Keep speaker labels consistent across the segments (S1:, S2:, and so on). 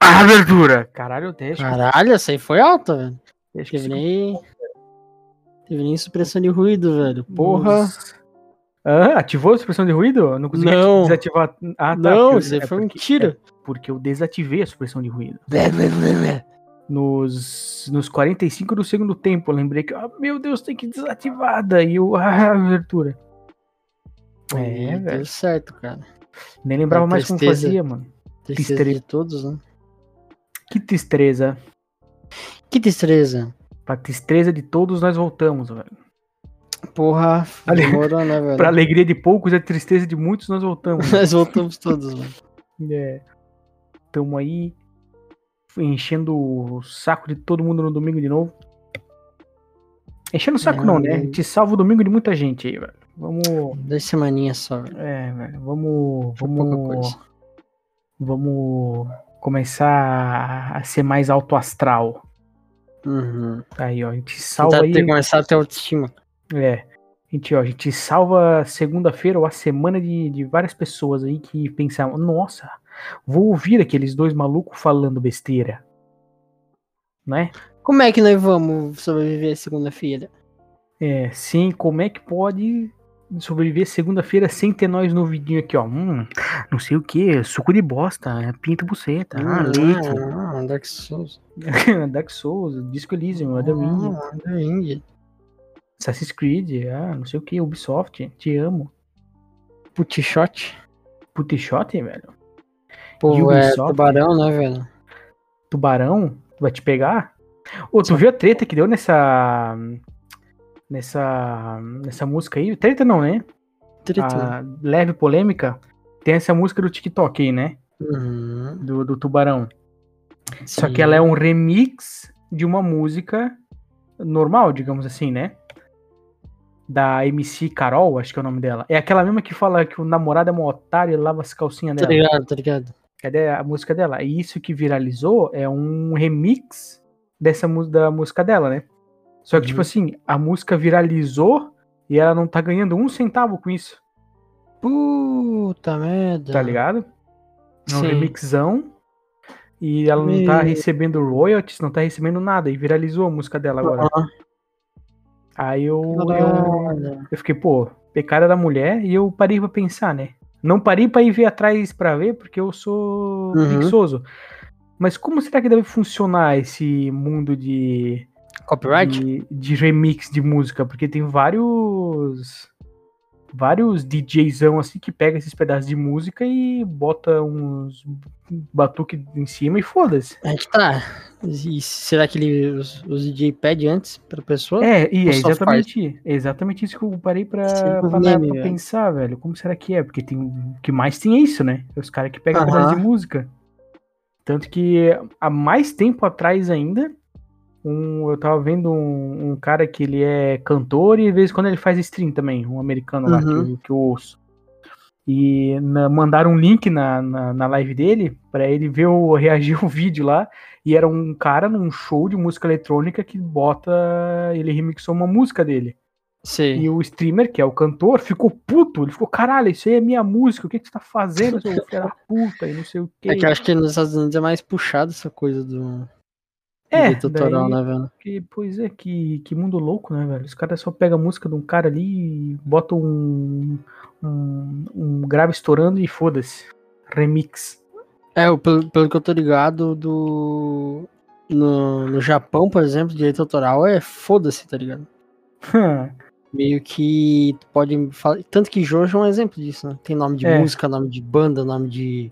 S1: Ah, verdura! Caralho, deixa.
S2: Caralho, essa aí foi alta, velho. Teve nem. Teve nem supressão de ruído, velho. Porra.
S1: Ah, ativou a supressão de ruído? Eu Não consegui
S2: Não.
S1: desativar. Ah, tá.
S2: Não,
S1: porque eu-
S2: isso aí
S1: é
S2: foi um
S1: porque-
S2: tiro.
S1: é Porque eu desativei a supressão de ruído.
S2: Blé, blé, blé,
S1: é,
S2: blé.
S1: Nos, nos 45 do segundo tempo, eu lembrei que, ah, meu Deus, tem que desativar. Daí eu, ah, abertura. É,
S2: Pô,
S1: velho.
S2: Deu certo, cara.
S1: Nem lembrava
S2: a
S1: mais como
S2: tristeza.
S1: fazia, mano.
S2: Tristeza
S1: Tristeza.
S2: de todos, né?
S1: Que tristeza.
S2: Que tristeza.
S1: Pra tristeza de todos, nós voltamos, velho.
S2: Porra,
S1: Ale-
S2: demorou, né, velho?
S1: Pra alegria de poucos e a tristeza de muitos, nós voltamos.
S2: Nós voltamos todos, mano.
S1: É. Tamo aí enchendo o saco de todo mundo no domingo de novo. Enchendo o saco
S2: É,
S1: não, né?
S2: e-
S1: Te salva o domingo de muita gente aí, velho. Vamos.
S2: Duas semaninhas só, velho.
S1: É, velho. Vamos.
S2: Foi pouca
S1: Vamos.
S2: coisa.
S1: Vamos começar a ser mais alto astral.
S2: Uhum.
S1: Tá Aí, ó. A gente salva
S2: Tentar
S1: aí.
S2: ter começado a ter autoestima.
S1: É. Gente, ó, a gente salva segunda-feira ou a semana de, de várias pessoas aí que pensavam, nossa, vou ouvir aqueles dois malucos falando besteira. Né?
S2: Como é que nós vamos sobreviver segunda-feira?
S1: É, sim, como é que pode sobreviver segunda-feira sem ter nós no vidinho aqui, ó? Hum, não sei o que, suco de bosta, né? pinta buceta, ah, leite,
S2: ah, Dark Souls.
S1: Dark Souls, Disco Elysium, Elden Ring,
S2: Ah, Elden Ring.
S1: Assassin's Creed, ah, não sei o que, Ubisoft, te amo.
S2: Putshot.
S1: Putishot, velho.
S2: Pô, é
S1: Ubisoft.
S2: tubarão, né, velho?
S1: Tubarão vai te pegar? Ô, tu viu a treta que deu nessa. Nessa. Nessa música aí? Treta não, né?
S2: Treta.
S1: A leve polêmica. Tem essa música do TikTok aí, né?
S2: Uhum.
S1: Do, do Tubarão. Só
S2: Sim.
S1: que ela é um remix de uma música normal, digamos assim, né? Da MC Carol, acho que é o nome dela. É aquela mesma que fala que o namorado é um otário e lava as calcinhas
S2: Tá
S1: dela.
S2: ligado, tá ligado?
S1: Cadê a música dela? E isso que viralizou é um remix dessa mu- da música dela, né? Só que, tipo
S2: Uhum.
S1: assim, a música viralizou e ela não tá ganhando um centavo com isso,
S2: Puta merda.
S1: tá ligado? É um
S2: Sim.
S1: remixão e ela não tá
S2: Me-
S1: recebendo royalties, não tá recebendo nada e viralizou a música dela agora.
S2: Ah,
S1: Aí eu, eu,
S2: caralho.
S1: eu fiquei, pô, pecada da mulher e eu parei pra pensar, né? Não parei pra ir ver atrás pra ver, porque eu sou
S2: Uhum.
S1: preguiçoso. Mas como será que deve funcionar esse mundo de,
S2: Copyright?
S1: de, de remix de música? Porque tem vários vários DJzão assim que pega esses pedaços de música e bota uns batuque em cima e foda-se.
S2: É que tá. E será que ele, os, os DJ pede antes pra pessoa?
S1: É, e é
S2: Ou só
S1: exatamente, é exatamente isso que eu parei pra,
S2: Sim, é.
S1: pra,
S2: meme,
S1: pra
S2: velho.
S1: pensar, velho. Como será que é? Porque tem o que mais tem é isso, né? Os caras que pegam
S2: Aham.
S1: pedaço de música. Tanto que há mais tempo atrás ainda, um, eu tava vendo um, um cara que ele é cantor e de vez em quando ele faz stream também, um americano lá que,
S2: Uhum.
S1: eu- que eu ouço. E na- mandaram um link na, na, na live dele pra ele ver o reagir o vídeo lá. E era um cara num show de música eletrônica que bota. Ele remixou uma música dele.
S2: Sei.
S1: E o streamer, que é o cantor, ficou puto. Ele ficou, caralho, isso aí é minha música, o que, que você tá fazendo, seu filho da puta? E não sei o quê.
S2: É que eu acho que nos Estados Unidos é mais puxado essa coisa do,
S1: É,
S2: do
S1: daí-
S2: tutorial, né, velho?
S1: Que, pois é, que, que mundo louco, né, velho? Os caras só pegam a música de um cara ali e botam um, um, um grave estourando e foda-se. Remix.
S2: É, eu- pelo, pelo que eu tô ligado, do. No, no Japão, por exemplo, direito autoral é foda-se, tá ligado? Tá Meio que tu pode falar. Tanto que Jojo é um exemplo disso, né? Tem nome de
S1: É.
S2: música, nome de banda, nome de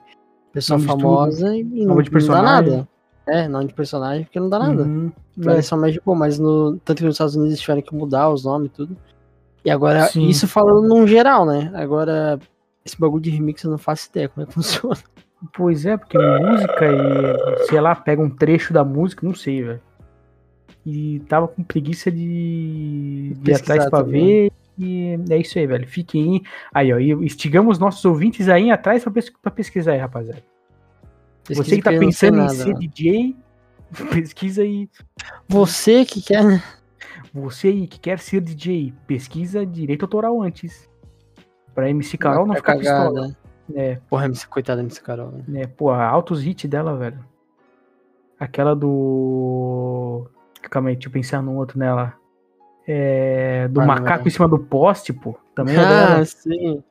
S2: pessoa
S1: Nome de tudo.
S2: famosa e não,
S1: Nome de
S2: não dá
S1: personagem.
S2: nada. É, nome de personagem, porque não dá nada.
S1: Uhum.
S2: Então eles são mais de boa, mas no, tanto que nos Estados Unidos eles tiveram que mudar os nomes e tudo. E agora,
S1: Sim.
S2: isso falando num geral, né? Agora, esse bagulho de remix eu não faço ideia como é que funciona.
S1: Pois é, porque música e, sei lá, pega um trecho da música, não sei, velho. E tava com preguiça de, de ir
S2: Pesquisar
S1: atrás pra
S2: também.
S1: ver. E é isso aí, velho. Fiquem aí, aí, ó. E instigamos nossos ouvintes aí atrás pra, pes- pra pesquisar aí, rapaziada. Você que tá
S2: Pesquisa, porque eu
S1: pensando
S2: não
S1: em
S2: sei nada,
S1: ser
S2: né?
S1: DJ, pesquisa aí.
S2: Você que quer. né?
S1: Você aí que quer ser DJ, pesquisa direito autoral antes. Pra MC Carol não
S2: Vai
S1: ficar
S2: cagar,
S1: pistola.
S2: né?
S1: É,
S2: Porra, MC, coitada da MC Carol. né?
S1: né? Pô, altos hits dela, velho. Aquela do. Calma aí, deixa eu pensar num outro nela. É, do
S2: Ah, não,
S1: macaco
S2: não.
S1: em cima do poste, pô. Também é
S2: Ah,
S1: dela.
S2: sim.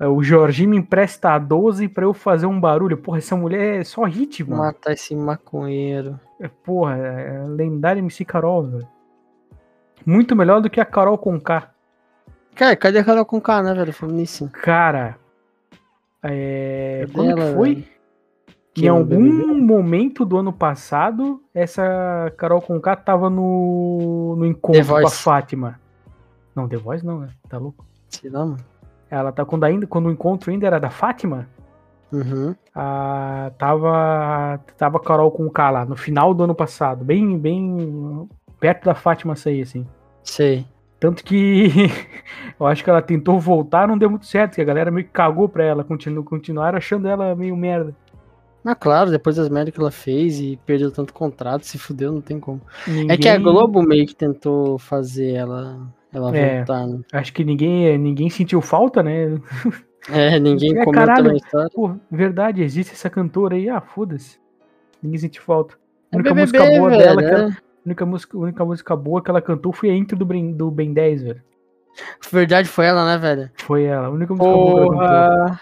S1: É, O Jorginho me empresta a 12 pra eu fazer um barulho. Porra, essa mulher é só hit, mano.
S2: Matar esse maconheiro.
S1: É, Porra, é lendária MC Carol, velho. Muito melhor do que a Carol com K.
S2: Cara, cadê a Carol com K, né, velho? Falando nisso.
S1: Cara. É,
S2: Cadê
S1: quando
S2: ela,
S1: que foi?
S2: velho?
S1: em
S2: né? Que no
S1: algum
S2: BBB?
S1: momento do ano passado, essa Carol Conká tava no, no encontro
S2: The
S1: com a
S2: Voice.
S1: Fátima. Não, The Voice não, né? Tá louco?
S2: Sei lá, mano.
S1: Ela tá quando ainda quando o encontro ainda era da Fátima,
S2: Uhum.
S1: a, tava tava a Carol Conká lá no final do ano passado, bem bem perto da Fátima sair assim.
S2: Sei.
S1: Tanto que eu acho que ela tentou voltar, não deu muito certo, que a galera meio que cagou pra ela, continu, continuaram achando ela meio merda.
S2: Mas claro, depois das merdas que ela fez e perdeu tanto contrato, se fudeu, não tem como. É
S1: Ninguém-
S2: que a Globo meio que tentou fazer ela, ela
S1: É.
S2: voltar, né?
S1: Acho que ninguém, ninguém sentiu falta, né?
S2: É, ninguém
S1: É,
S2: comentou
S1: caralho.
S2: na história.
S1: Pô, verdade, existe essa cantora aí. Ah, foda-se. Ninguém sentiu falta. A
S2: É
S1: única
S2: BBB,
S1: música boa
S2: velho,
S1: dela, que ela-
S2: né?
S1: a única música, a única música boa que ela cantou foi a intro do Ben, do Ben 10, velho.
S2: Verdade foi ela, né, velho?
S1: Foi ela, a única música boa que ela cantou.
S2: Porra!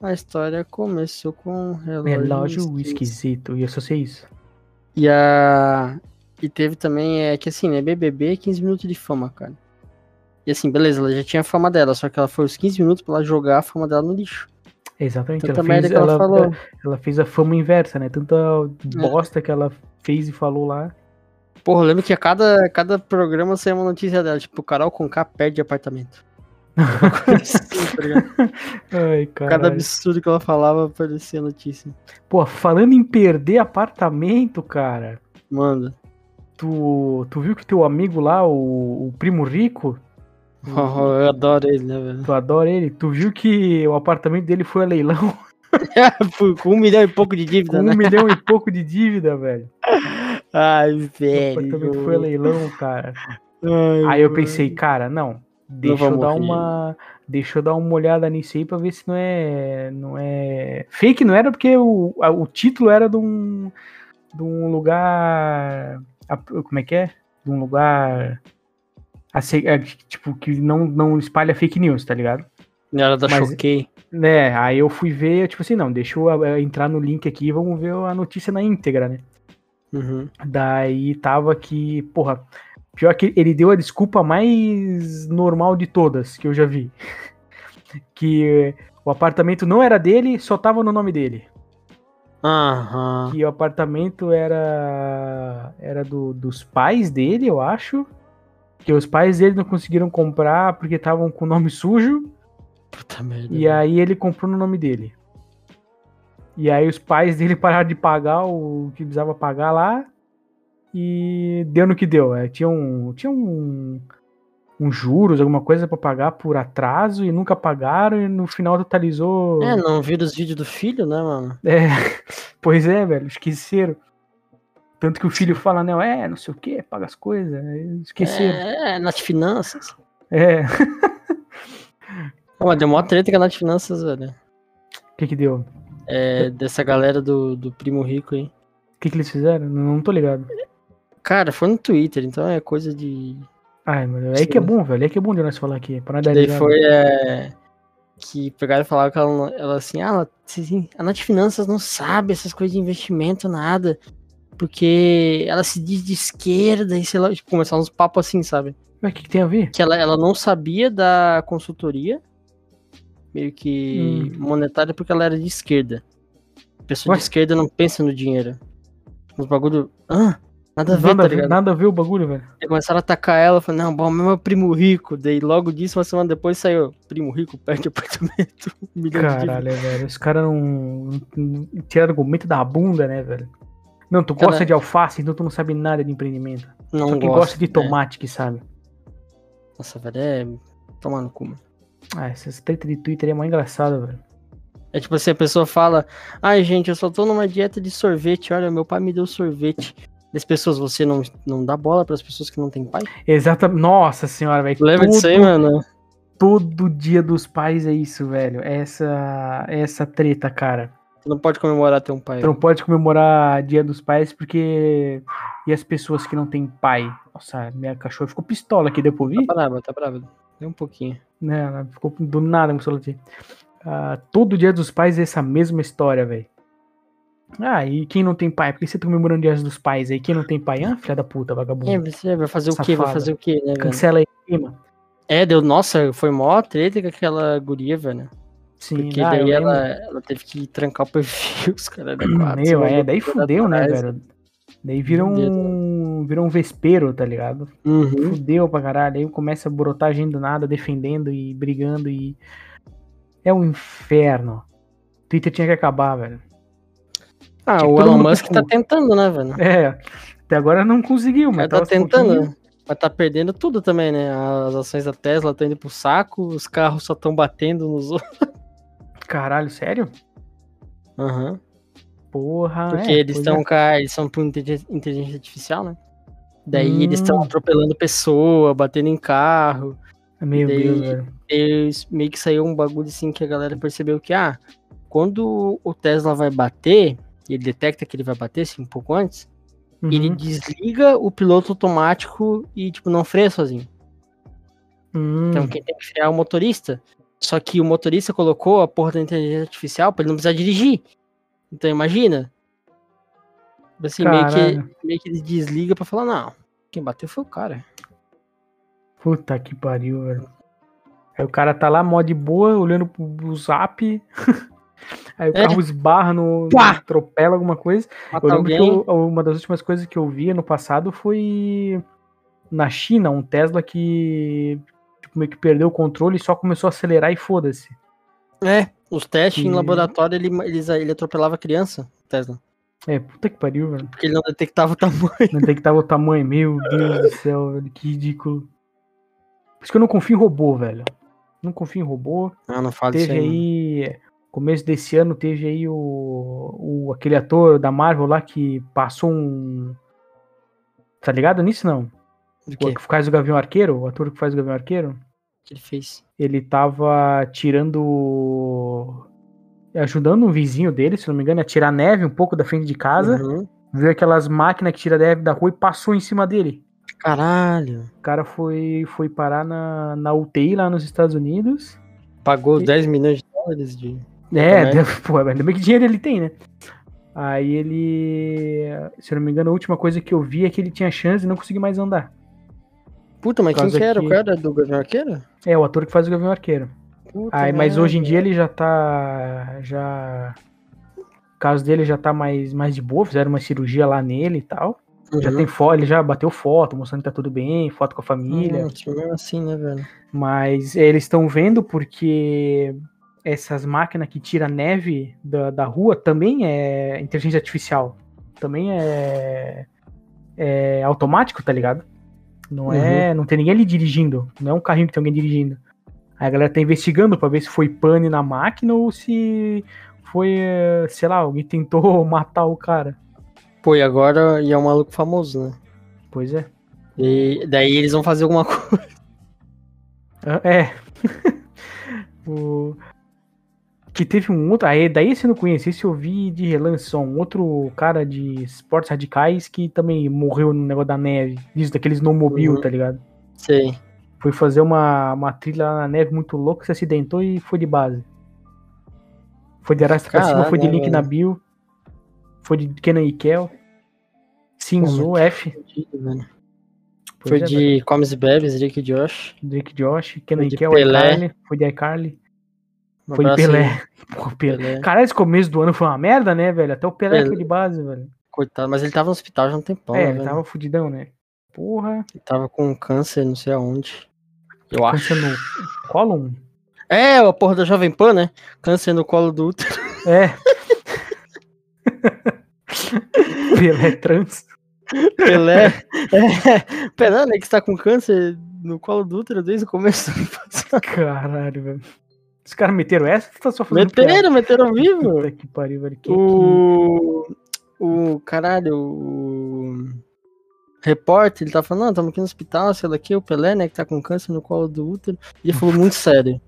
S2: A história começou com um relógio,
S1: Relógio
S2: esquisito.
S1: esquisito, e eu só sei isso.
S2: E a. E teve também, é que assim, né? BBB é 15 minutos de fama, cara. E assim, beleza, ela já tinha a fama dela, só que ela foi os 15 minutos pra ela jogar a fama dela no lixo.
S1: Exatamente,
S2: Tanta
S1: ela
S2: merda
S1: fez,
S2: que ela,
S1: ela- é.
S2: falou.
S1: ela fez a fama inversa, né? Tanta bosta que ela fez e falou lá.
S2: Porra, eu lembro que a cada, cada programa saía uma notícia dela, tipo, Carol Conká perde apartamento. Sim, tá ligado?
S1: Ai,
S2: cada
S1: cara.
S2: absurdo que ela falava aparecia a notícia.
S1: Pô, falando em perder apartamento, cara.
S2: Manda.
S1: Tu, tu viu que teu amigo lá, o, o primo rico, Uhum.
S2: eu adoro ele, né, velho?
S1: tu adora ele, tu viu que o apartamento dele foi a leilão
S2: Com um milhão e pouco de
S1: com
S2: dívida,
S1: um
S2: né?
S1: milhão e pouco de dívida, velho.
S2: Ai,
S1: O apartamento foi a
S2: velho.
S1: leilão, cara.
S2: Ai,
S1: Aí eu pensei, cara, não, deixa eu
S2: vamos
S1: dar
S2: rir.
S1: uma. Deixa eu dar uma olhada nisso aí pra ver se não é. Não é. Fake não era porque o, a- o título era de um. De um lugar. a- Como é que é? De um lugar. ace- é, Tipo, que não, não espalha fake news, tá ligado?
S2: Na hora da
S1: Mas-
S2: choquei.
S1: Né, aí eu fui ver, tipo assim, não, deixa eu eh, entrar no link aqui e vamos ver a notícia na íntegra, né?
S2: Uhum.
S1: Daí tava que, porra, pior que ele deu a desculpa mais normal de todas que eu já vi. Que eh, o apartamento não era dele, só tava no nome dele.
S2: Aham.
S1: Que o apartamento era era do, dos pais dele, eu acho. Que os pais dele não conseguiram comprar porque estavam com o nome sujo.
S2: Puta merda.
S1: E aí ele comprou no nome dele. E aí os pais dele pararam de pagar o que precisava pagar lá. E deu no que deu. É, tinha um, tinha um, um juros, alguma coisa pra pagar por atraso e nunca pagaram. E no final totalizou.
S2: É, não viram os vídeos do filho, né, mano?
S1: É, pois é, velho, esqueceram. Tanto que o filho fala, não, é, não sei o que, paga as coisas. aí Esqueceram.
S2: É, é, nas finanças.
S1: É. O
S2: Ah, mas deu mó treta com a Nath Finanças, velho.
S1: que que deu? O
S2: É, dessa galera do, do Primo Rico aí.
S1: que que eles fizeram? Não, não tô ligado.
S2: Cara, foi no Twitter, então é coisa de.
S1: Ai, mano, é que é bom, velho. É que é bom de nós falar aqui. Pra nós dar
S2: Daí
S1: risada.
S2: foi é, que pegaram e falaram que ela, ela assim, ah, ela, assim, a Nath Finanças não sabe essas coisas de investimento, nada. Porque ela se diz de esquerda e sei lá, tipo, começaram uns papos assim, sabe?
S1: Mas o que, que tem a ver?
S2: Que ela, ela não sabia da consultoria, meio que monetária, porque ela era de esquerda. Pessoa
S1: Hum. Ué?
S2: de esquerda não pensa no dinheiro. Uns bagulho. Ah, nada a ver,
S1: Nada,
S2: tá
S1: a ver,
S2: ligado?
S1: nada a ver o bagulho, velho.
S2: Aí começaram a atacar ela, falando, não, bom, é meu primo rico. Daí logo disso, uma semana depois saiu, primo rico perde apartamento. Um milhão de dívidas.
S1: Caralho, é, velho. Os caras não, não tiraram argumento da bunda, né, velho? Não, tu gosta
S2: Cara-
S1: de alface, então tu não sabe nada de empreendimento.
S2: Não
S1: Só quem
S2: gosto,
S1: gosta de
S2: né?
S1: tomate que sabe.
S2: Nossa, velho, é tomar no cu, mano.
S1: Ah, essas treta de Twitter é mó engraçado, velho.
S2: É tipo assim, a pessoa fala, ai gente, eu só tô numa dieta de sorvete, olha, meu pai me deu sorvete. As pessoas, você não, não dá bola pras pessoas que não têm pai?
S1: Exatamente. Nossa senhora, velho.
S2: Lembra disso aí, mano?
S1: Todo dia dos pais é isso, velho. Essa, essa treta, cara.
S2: Tu não pode comemorar ter um pai.
S1: Tu não pode comemorar Dia dos Pais porque. E as pessoas que não têm pai? Nossa, minha cachorra ficou pistola aqui, deu pra ouvir?
S2: Tá brava, tá brava. Deu um pouquinho.
S1: Né, ela ficou do nada começou a latir. Ah, todo Dia dos Pais é essa mesma história, velho. Ah, e quem não tem pai? Por que você tá comemorando Dia dos Pais aí? Quem não tem pai? Ah, filha da puta, vagabundo.
S2: É, você vai fazer o quê? Vai
S1: Safada.
S2: fazer o quê, né, velho?
S1: Cancela aí, mano.
S2: É, deu. Nossa, foi mó treta com aquela guria, velho.
S1: Sim,
S2: Porque
S1: ah,
S2: daí
S1: eu
S2: ela,
S1: lembro.
S2: ela teve que trancar o perfil, os caras da quatro,
S1: Meu,
S2: você
S1: é,
S2: vai
S1: daí
S2: jogar
S1: fudeu, né,
S2: atrás.
S1: velho? Daí vira
S2: Fudeu,
S1: um, vira um vespeiro, tá ligado?
S2: Uhum.
S1: Fudeu pra caralho. Aí começa a brotar gente do nada, defendendo e brigando e. É um inferno. Twitter tinha que acabar, velho.
S2: Ah,
S1: Tipo,
S2: o
S1: todo
S2: Elon
S1: mundo
S2: Musk
S1: com-
S2: tá tentando, né, velho?
S1: É, até agora não conseguiu, mas
S2: Mas tá
S1: tava assim um
S2: tentando,
S1: pouquinho-
S2: né? mas tá perdendo tudo também, né? As ações da Tesla estão indo pro saco, os carros só estão batendo nos outros.
S1: Caralho, sério?
S2: Aham.
S1: Porra.
S2: Porque
S1: é,
S2: eles
S1: pois
S2: estão
S1: é.
S2: com a- eles são por inte- inteligência artificial, né? Daí eles estão
S1: Hum.
S2: atropelando pessoa, batendo em carro.
S1: Meu
S2: daí-
S1: Deus, velho.
S2: eles meio que saiu um bagulho assim que a galera percebeu que, ah, quando o Tesla vai bater, e ele detecta que ele vai bater, assim, um pouco antes,
S1: Uhum.
S2: ele desliga o piloto automático e, tipo, não freia sozinho.
S1: Hum,
S2: Então quem tem que frear é o motorista. Só que o motorista colocou a porra da inteligência artificial pra ele não precisar dirigir. Então imagina. Tipo Assim, meio
S1: Caralho.
S2: que, meio que ele desliga pra falar, não, quem bateu foi o cara.
S1: Puta que pariu, velho. Aí o cara tá lá, mó de boa, olhando pro, pro zap. Aí o
S2: É.
S1: carro esbarra no.
S2: Pá!
S1: atropela alguma coisa. Eu
S2: Matar
S1: lembro que
S2: alguém.
S1: eu- uma das últimas coisas que eu vi no passado foi na China, um Tesla que tipo, meio que perdeu o controle e só começou a acelerar e foda-se.
S2: É, os testes em
S1: Que-
S2: laboratório ele, eles- ele atropelava criança, Tesla.
S1: É, puta que pariu, velho.
S2: Porque ele não detectava o tamanho.
S1: Não tem que estar o tamanho. Meu Deus do céu, velho, que ridículo. Por isso que eu não confio em robô, velho. Não confio em robô.
S2: Ah, não fala
S1: Teve aí. Começo desse ano teve aí o, o- aquele ator da Marvel lá que passou um. Tá ligado nisso não?
S2: Do
S1: O
S2: que
S1: que faz o Gavião Arqueiro? O ator que faz o Gavião Arqueiro?
S2: que ele fez?
S1: ele tava tirando. ajudando um vizinho dele, se não me engano, a tirar neve um pouco da frente de casa.
S2: Uhum.
S1: Viu aquelas máquinas que tira neve da rua e passou em cima dele.
S2: Caralho.
S1: O cara foi, foi parar na, na UTI lá nos Estados Unidos.
S2: Pagou os
S1: E-
S2: 10 milhões de dólares de.
S1: É,
S2: Também.
S1: deu- pô, ainda bem que dinheiro ele tem, né? Aí ele. Se eu não me engano, a última coisa que eu vi é que ele tinha chance e não conseguia mais andar.
S2: Puta, mas
S1: Por
S2: quem
S1: causa
S2: que era? O
S1: que-
S2: cara do Gavião Arqueiro?
S1: É, o ator que faz o Gavião Arqueiro.
S2: Puta
S1: Ai, mas
S2: merda.
S1: hoje em dia ele já tá. Já. O caso dele já tá mais, mais de boa, fizeram uma cirurgia lá nele e tal. Já
S2: Uhum.
S1: tem foto, ele já bateu foto, mostrando que tá tudo bem, foto com a família.
S2: Hum, tipo, mesmo assim, né, velho?
S1: Mas é, eles estão vendo porque essas máquinas que tiram neve da, da rua também é inteligência artificial. Também é, é automático, tá ligado? Não é. Não tem ninguém ali dirigindo. Não é um carrinho que tem alguém dirigindo. Aí a galera tá investigando pra ver se foi pane na máquina ou se foi, é, sei lá, alguém tentou matar o cara.
S2: Pô, e agora e é um maluco famoso, né?
S1: Pois é.
S2: E daí eles vão fazer alguma coisa.
S1: Ah, É. o... Que teve um outro. Aí, daí esse eu não conheci, esse eu vi de relance só. Um outro cara de esportes radicais que também morreu no negócio da neve. Isso, daqueles snowmobile,
S2: Uhum.
S1: tá ligado?
S2: Sei.
S1: Foi fazer uma, uma trilha lá na neve muito louca, se acidentou e foi de base. Foi de arrasta pra cima,
S2: Caralho,
S1: foi de
S2: né,
S1: link na
S2: velho?
S1: bio. Foi de Kenan e Kel. Cinzo,
S2: Porra,
S1: F.
S2: Velho.
S1: Pois
S2: Foi
S1: é, velho.
S2: de Comes e Bebes, Rick e Josh.
S1: Drake Josh, Kenan
S2: Foi
S1: e
S2: de
S1: Kel,
S2: Pelé.
S1: iCarly. Foi de iCarly.
S2: Um
S1: Foi de
S2: abraço
S1: Pelé.
S2: aí,
S1: Porra, Pelé.
S2: Pelé.
S1: Caralho, esse começo do ano foi uma merda, né, velho? Até o Pelé
S2: Pelé.
S1: foi de base, velho.
S2: Coitado, mas ele tava no hospital já há um tempão,
S1: é,
S2: né,
S1: ele
S2: velho?
S1: tava fudidão, né? Porra,
S2: Ele tava com câncer, não sei aonde. Eu acho.
S1: câncer no colo?
S2: É, a porra da Jovem Pan, né? Câncer no colo do útero.
S1: É. Pelé trans.
S2: Pelé. é, Pelé, né? Que está com câncer no colo do útero desde o começo.
S1: Tá Caralho, velho. Os caras meteram essa ou tá só fazendo piada?
S2: meteram, meteram ao vivo.
S1: Puta que pariu, velho. Que, é que...
S2: O. O caralho, o. Repórter, ele tá falando, não, estamos aqui no hospital, sei lá o que, o Pelé, né, que tá com câncer no colo do útero. E ele falou muito sério.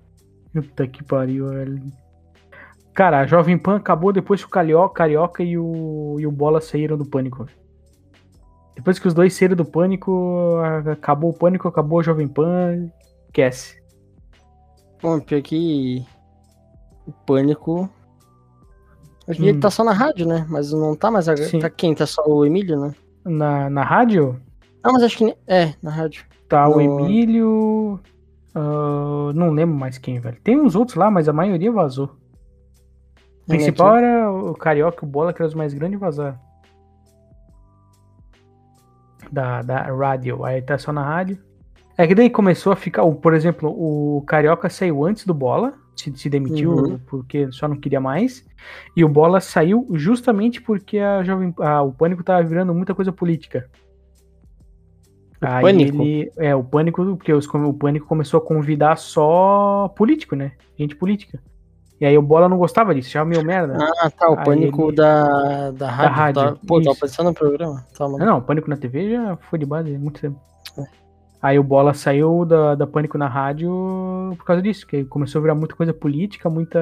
S1: Puta que pariu, velho. Cara, a Jovem Pan acabou depois que o Carioca, Carioca e, o, e o Bola saíram do pânico. Depois que os dois saíram do pânico, a- acabou o pânico, acabou a Jovem Pan, esquece.
S2: Bom, pior que o pânico. Hoje em dia
S1: Hum.
S2: ele tá só na rádio, né? Mas não tá mais. A...
S1: Sim.
S2: Tá quem? Tá só o Emílio, né?
S1: Na, na rádio,
S2: Ah, mas acho que. ne- É, na rádio.
S1: Tá o
S2: No-
S1: Emílio. ah, não lembro mais quem, velho. Tem uns outros lá, mas a maioria vazou. O
S2: Olha
S1: principal
S2: aqui.
S1: era o Carioca, o Bola, que era os mais grandes e vazaram. Da, da rádio. Aí tá só na rádio. É que daí começou a ficar. o- Por exemplo, o Carioca saiu antes do Bola, se, se demitiu
S2: Uhum.
S1: porque só não queria mais. E o Bola saiu justamente porque a Jovem, a- o Pânico tava virando muita coisa política.
S2: O Pânico?
S1: ele- é, o Pânico, porque os, o Pânico começou a convidar só político, né? Gente política. E aí o Bola não gostava disso, já meu merda.
S2: Ah, tá. O
S1: Aí
S2: pânico
S1: ele-
S2: da... da rádio.
S1: rádio,
S2: tá... Pô, tava
S1: isso.
S2: pensando no programa. Tá, mano.
S1: Ah, Não, Pânico na TV já foi de base há muito tempo.
S2: É.
S1: Aí o Bola saiu da, da Pânico na rádio por causa disso, que começou a virar muita coisa política, muita.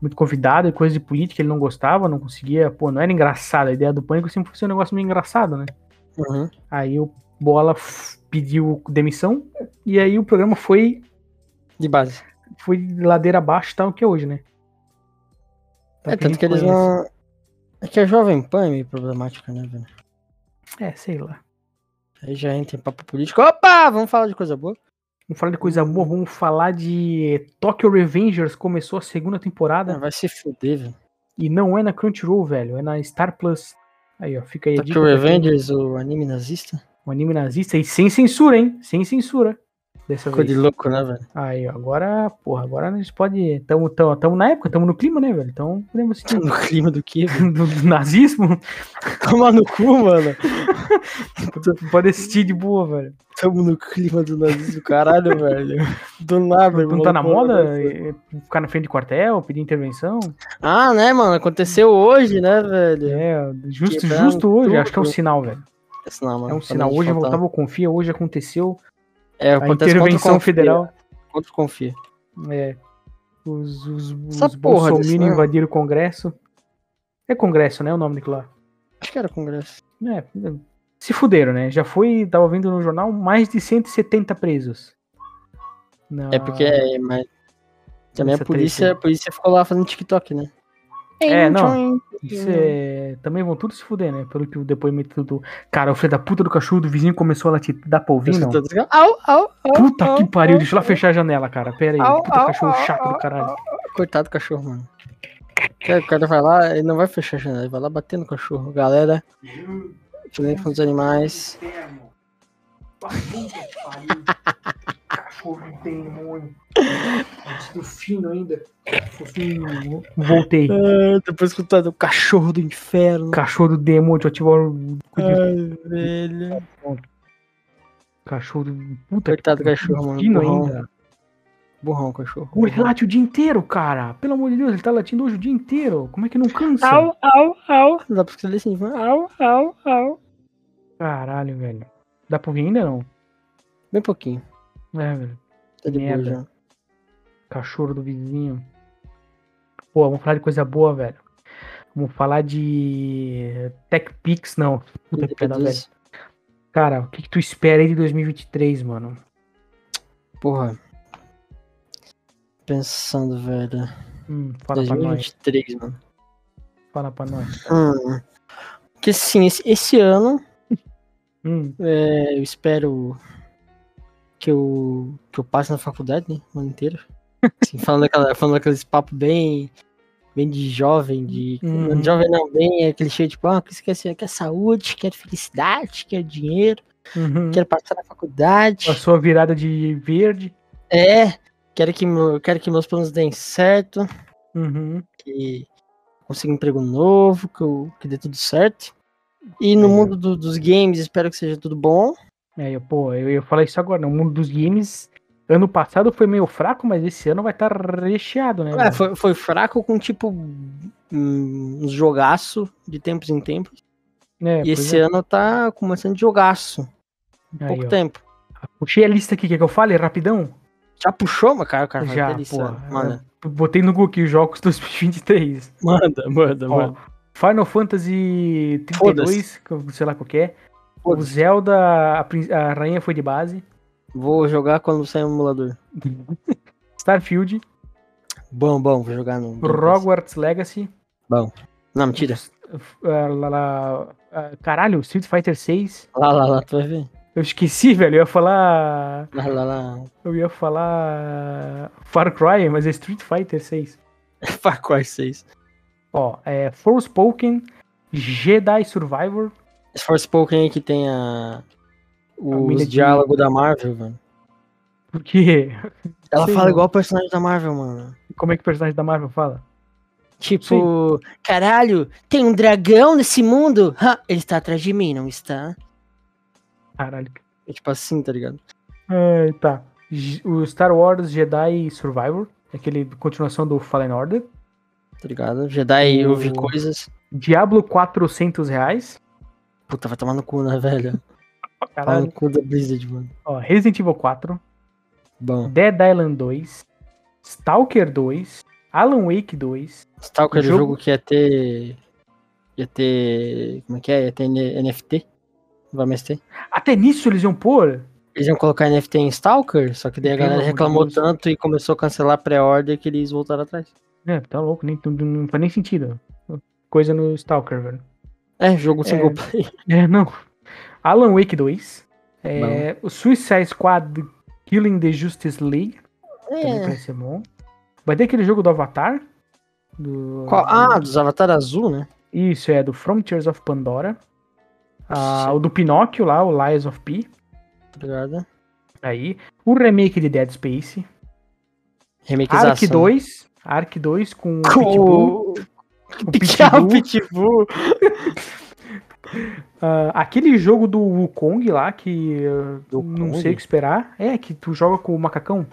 S1: Muito convidado e coisa de política, ele não gostava, não conseguia. Pô, não era engraçado. A ideia do Pânico sempre foi ser um negócio meio engraçado, né?
S2: Uhum.
S1: Aí o Bola f- pediu demissão e aí o programa foi,
S2: De base.
S1: foi de ladeira abaixo, tal que é hoje, né? Tá Tal
S2: é,
S1: a
S2: tanto
S1: gente
S2: que eles
S1: conhece.
S2: não. É que a Jovem Pan é meio problemática, né, velho?
S1: É, sei lá.
S2: Aí já entra em papo político. Opa! Vamos falar de coisa boa.
S1: Vamos falar de coisa boa, vamos falar de Tokyo Revengers, começou a segunda temporada
S2: Ah, vai se fuder, velho.
S1: e não é na Crunchyroll, velho, é na Star Plus. Aí, ó, fica aí a
S2: Tá
S1: dica.
S2: o
S1: pra quem-
S2: Revengers, o anime nazista?
S1: Um anime nazista e sem censura, hein? Sem censura. Dessa
S2: Ficou de
S1: vez.
S2: louco, né, velho?
S1: Aí, ó, agora, porra, agora nós pode. Tamo, tamo, tamo na época, tamo no clima, né, velho? Então, podemos seguir
S2: No clima do que, velho?
S1: do, do nazismo,
S2: Toma no cu, mano.
S1: pode assistir de boa, velho.
S2: Tamo no clima do nazismo, caralho, velho. Do nada,
S1: Não tá na
S2: maluco,
S1: moda
S2: mano.
S1: eh, ficar na frente de quartel, pedir intervenção?
S2: Ah, né, mano? Aconteceu hoje, né, velho?
S1: É, justo,
S2: Quebraram
S1: justo hoje,
S2: tudo.
S1: acho que é um sinal, velho.
S2: É um sinal, mano.
S1: É um
S2: Quando
S1: sinal.
S2: a gente
S1: Hoje
S2: faltar-
S1: voltava o Confia, hoje aconteceu
S2: É,
S1: a
S2: acontece contra o
S1: intervenção
S2: Confia,
S1: federal.
S2: Contra o Confia.
S1: É. Os, os, os
S2: Essa porra
S1: bolsominions
S2: desse, né?
S1: invadiram o Congresso. É Congresso, né? O nome daquilo lá.
S2: Acho que era congresso.
S1: É, se fuderam, né? Já foi, tava vendo no jornal, mais de 170 presos. Na-
S2: É porque é, mas... Também a
S1: Essa
S2: polícia,
S1: treta
S2: a polícia ficou lá fazendo TikTok, né?
S1: É, não.
S2: Tchum.
S1: Isso é- Também vão todos se fuder, né? Pelo que o depoimento do. Cara, o filho da puta do cachorro do vizinho começou a latir. Dá pra ouvir, não?
S2: Au, au, au,
S1: Puta
S2: au,
S1: que pariu,
S2: au.
S1: deixa eu lá fechar a janela, cara. Pera aí,
S2: Au,
S1: puta
S2: au,
S1: cachorro
S2: au,
S1: chato do
S2: au,
S1: caralho.
S2: Ah, Coitado do cachorro, mano. É, O cara vai lá, ele não vai fechar a janela, ele vai lá bater no cachorro. Galera, violência com os animais.
S1: Cachorro demônio. Do fino ainda. Voltei.
S2: Ah, depois escutando o cachorro do inferno.
S1: Cachorro do demônio, deixa eu ativar o.
S2: Ai, velho.
S1: Cachorro do. Puta
S2: Coitado do cachorro, mano.
S1: fino
S2: Burrão,
S1: ainda.
S2: burrão o cachorro.
S1: Pô, ele late o dia inteiro, cara. Pelo amor de Deus, ele tá latindo hoje o dia inteiro. Como é que não cansa?
S2: Au, au, au. Dá pra escrever assim, au, au, au.
S1: Caralho, velho. Dá pra ouvir ainda não?
S2: Bem pouquinho.
S1: É, velho.
S2: Tá de boa
S1: Merda.
S2: já.
S1: Cachorro do vizinho. Pô, vamos falar de coisa boa, velho. Vamos falar de. Tech Pix, não. Puta que pariu, velho.
S2: Independência.
S1: Cara, o que, que tu espera aí de 2023, mano?
S2: Porra. Pensando, velho.
S1: Hum, fala pra nós.
S2: 2023, mano.
S1: Fala pra nós.
S2: Hum. Que sim, esse, esse ano
S1: Hum,
S2: é, eu espero que eu, que eu passe na faculdade, né? O ano inteiro. Assim, falando, daquela, falando daqueles papos bem, bem de jovem, de.
S1: Uhum.
S2: não, Jovem não, bem é aquele cheio de ah, que esquece, quer saúde, quer felicidade, quer dinheiro,
S1: uhum.
S2: quero passar na faculdade.
S1: Passou a virada de verde.
S2: É, quero que, meu- quero que meus planos deem certo,
S1: Uhum.
S2: que consiga um emprego novo, que, eu, que dê tudo certo. E no
S1: Aí, ó.
S2: mundo do- dos games, espero que seja tudo bom.
S1: É, eu, pô, eu ia falar isso agora. né? O mundo dos games, ano passado foi meio fraco, mas esse ano vai estar recheado, né?
S2: É,
S1: velho?
S2: foi, foi fraco com, tipo, um uns jogaço de tempos em tempos.
S1: É,
S2: e
S1: pois
S2: esse
S1: é.
S2: ano tá começando de jogaço.
S1: Aí,
S2: Pouco
S1: ó.
S2: tempo.
S1: Puxei a lista aqui, quer que eu fale rapidão?
S2: Já puxou, mas cara, o cara
S1: Já,
S2: delícia.
S1: porra.
S2: Manda,
S1: Botei no Google aqui, jogos 2023.
S2: manda, manda.
S1: Ó, Final Fantasy 32, que eu sei lá qual que é. O
S2: Foda-se.
S1: Zelda, a, prin- a rainha foi de base.
S2: Vou jogar quando sair o emulador.
S1: Starfield,
S2: Bom, bom, vou jogar no.
S1: Hogwarts Legacy.
S2: Não, mentira.
S1: ah, lá, lá, ah, caralho, Street Fighter 6.
S2: Lá, lá, lá, tu vai ver.
S1: Eu esqueci, velho. Eu ia falar.
S2: Lá, lá, lá.
S1: Eu ia falar. Far Cry, mas é Street Fighter 6.
S2: Far Cry 6.
S1: Ó, é Forspoken, Jedi Survivor,
S2: Se for Spoken aí que tem a.
S1: mina
S2: Os
S1: de-
S2: diálogos da Marvel, mano.
S1: porque.
S2: Ela
S1: Sim.
S2: fala igual o personagem da Marvel, mano.
S1: Como é que o personagem da Marvel fala?
S2: Tipo, caralho, tem um dragão nesse mundo? Ha, ele está atrás de mim, não está?
S1: Caralho.
S2: É tipo assim, tá ligado?
S1: É, tá. J- O Star Wars Jedi Survivor, aquele continuação do Fallen Order.
S2: Tá ligado? Jedi
S1: O-
S2: ouve coisas.
S1: Diablo 400 reais.
S2: Puta, vai tomar no cu, né, velho? Tomar
S1: Caralho.
S2: no cu da Blizzard, mano.
S1: Ó, Resident Evil 4,
S2: Bom.
S1: Dead Island 2, Stalker 2, Alan Wake 2,
S2: Stalker era o
S1: Jogo-
S2: tá jogo que ia ter. Ia ter. Como é que é? Ia ter N- NFT. Não vai mais ter.
S1: Até nisso eles iam pôr.
S2: Eles iam colocar NFT em Stalker, só que daí a
S1: Pelo
S2: galera
S1: amor de
S2: reclamou
S1: Deus.
S2: tanto e começou a cancelar a pré-order que eles voltaram atrás.
S1: É, tá louco, nem, não, não faz nem sentido. Coisa no Stalker, velho.
S2: É, jogo single
S1: É.
S2: player.
S1: É, não. Alan Wake 2, é, o Suicide Squad Killing the Justice League, também
S2: É.
S1: parece ser bom. Vai ter aquele jogo do Avatar. Do,
S2: Qual- Ah, dos Avatar Azul, né?
S1: Isso, é do Frontiers of Pandora. Ah,
S2: Sim.
S1: o do Pinóquio lá, o Lies of P.
S2: Tá ligado?
S1: Aí. O remake de Dead Space.
S2: Remakezação.
S1: Ark 2. Ark 2 com o Pitbull.
S2: Com o é
S1: o
S2: Pitbull.
S1: Pitbull.
S2: Pitbull.
S1: Ah, aquele jogo do Wukong lá, que ah,
S2: Do
S1: não
S2: Kong?
S1: sei o que esperar. É, que tu joga com o macacão.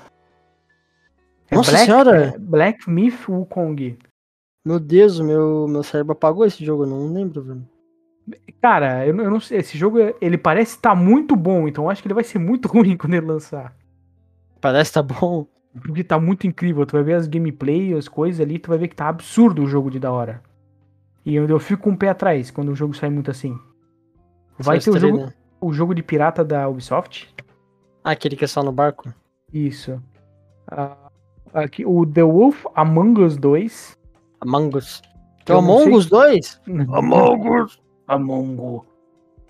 S1: É
S2: Nossa
S1: Black,
S2: senhora!
S1: é Black Myth Wukong.
S2: Meu Deus, o meu, meu cérebro apagou esse jogo, eu não lembro, velho.
S1: Cara, eu, não- eu não sei. Esse jogo, ele parece estar muito bom, então eu acho que ele vai ser muito ruim quando ele lançar.
S2: Parece que tá bom.
S1: Porque tá muito incrível. Tu vai ver as gameplay, as coisas ali, tu vai ver que tá absurdo o jogo de da hora. E eu, eu fico com o pé atrás quando o jogo sai muito assim. Vai
S2: Só
S1: ter o
S2: estrela. né?
S1: jogo, o jogo de pirata da Ubisoft.
S2: Ah, aquele que é só no barco?
S1: Isso. Ah, aqui, o The Wolf Among Us 2.
S2: Among Us.
S1: Que um
S2: Que
S1: eu
S2: é o
S1: não
S2: Among
S1: sei-
S2: Us 2? Among Us.
S1: Among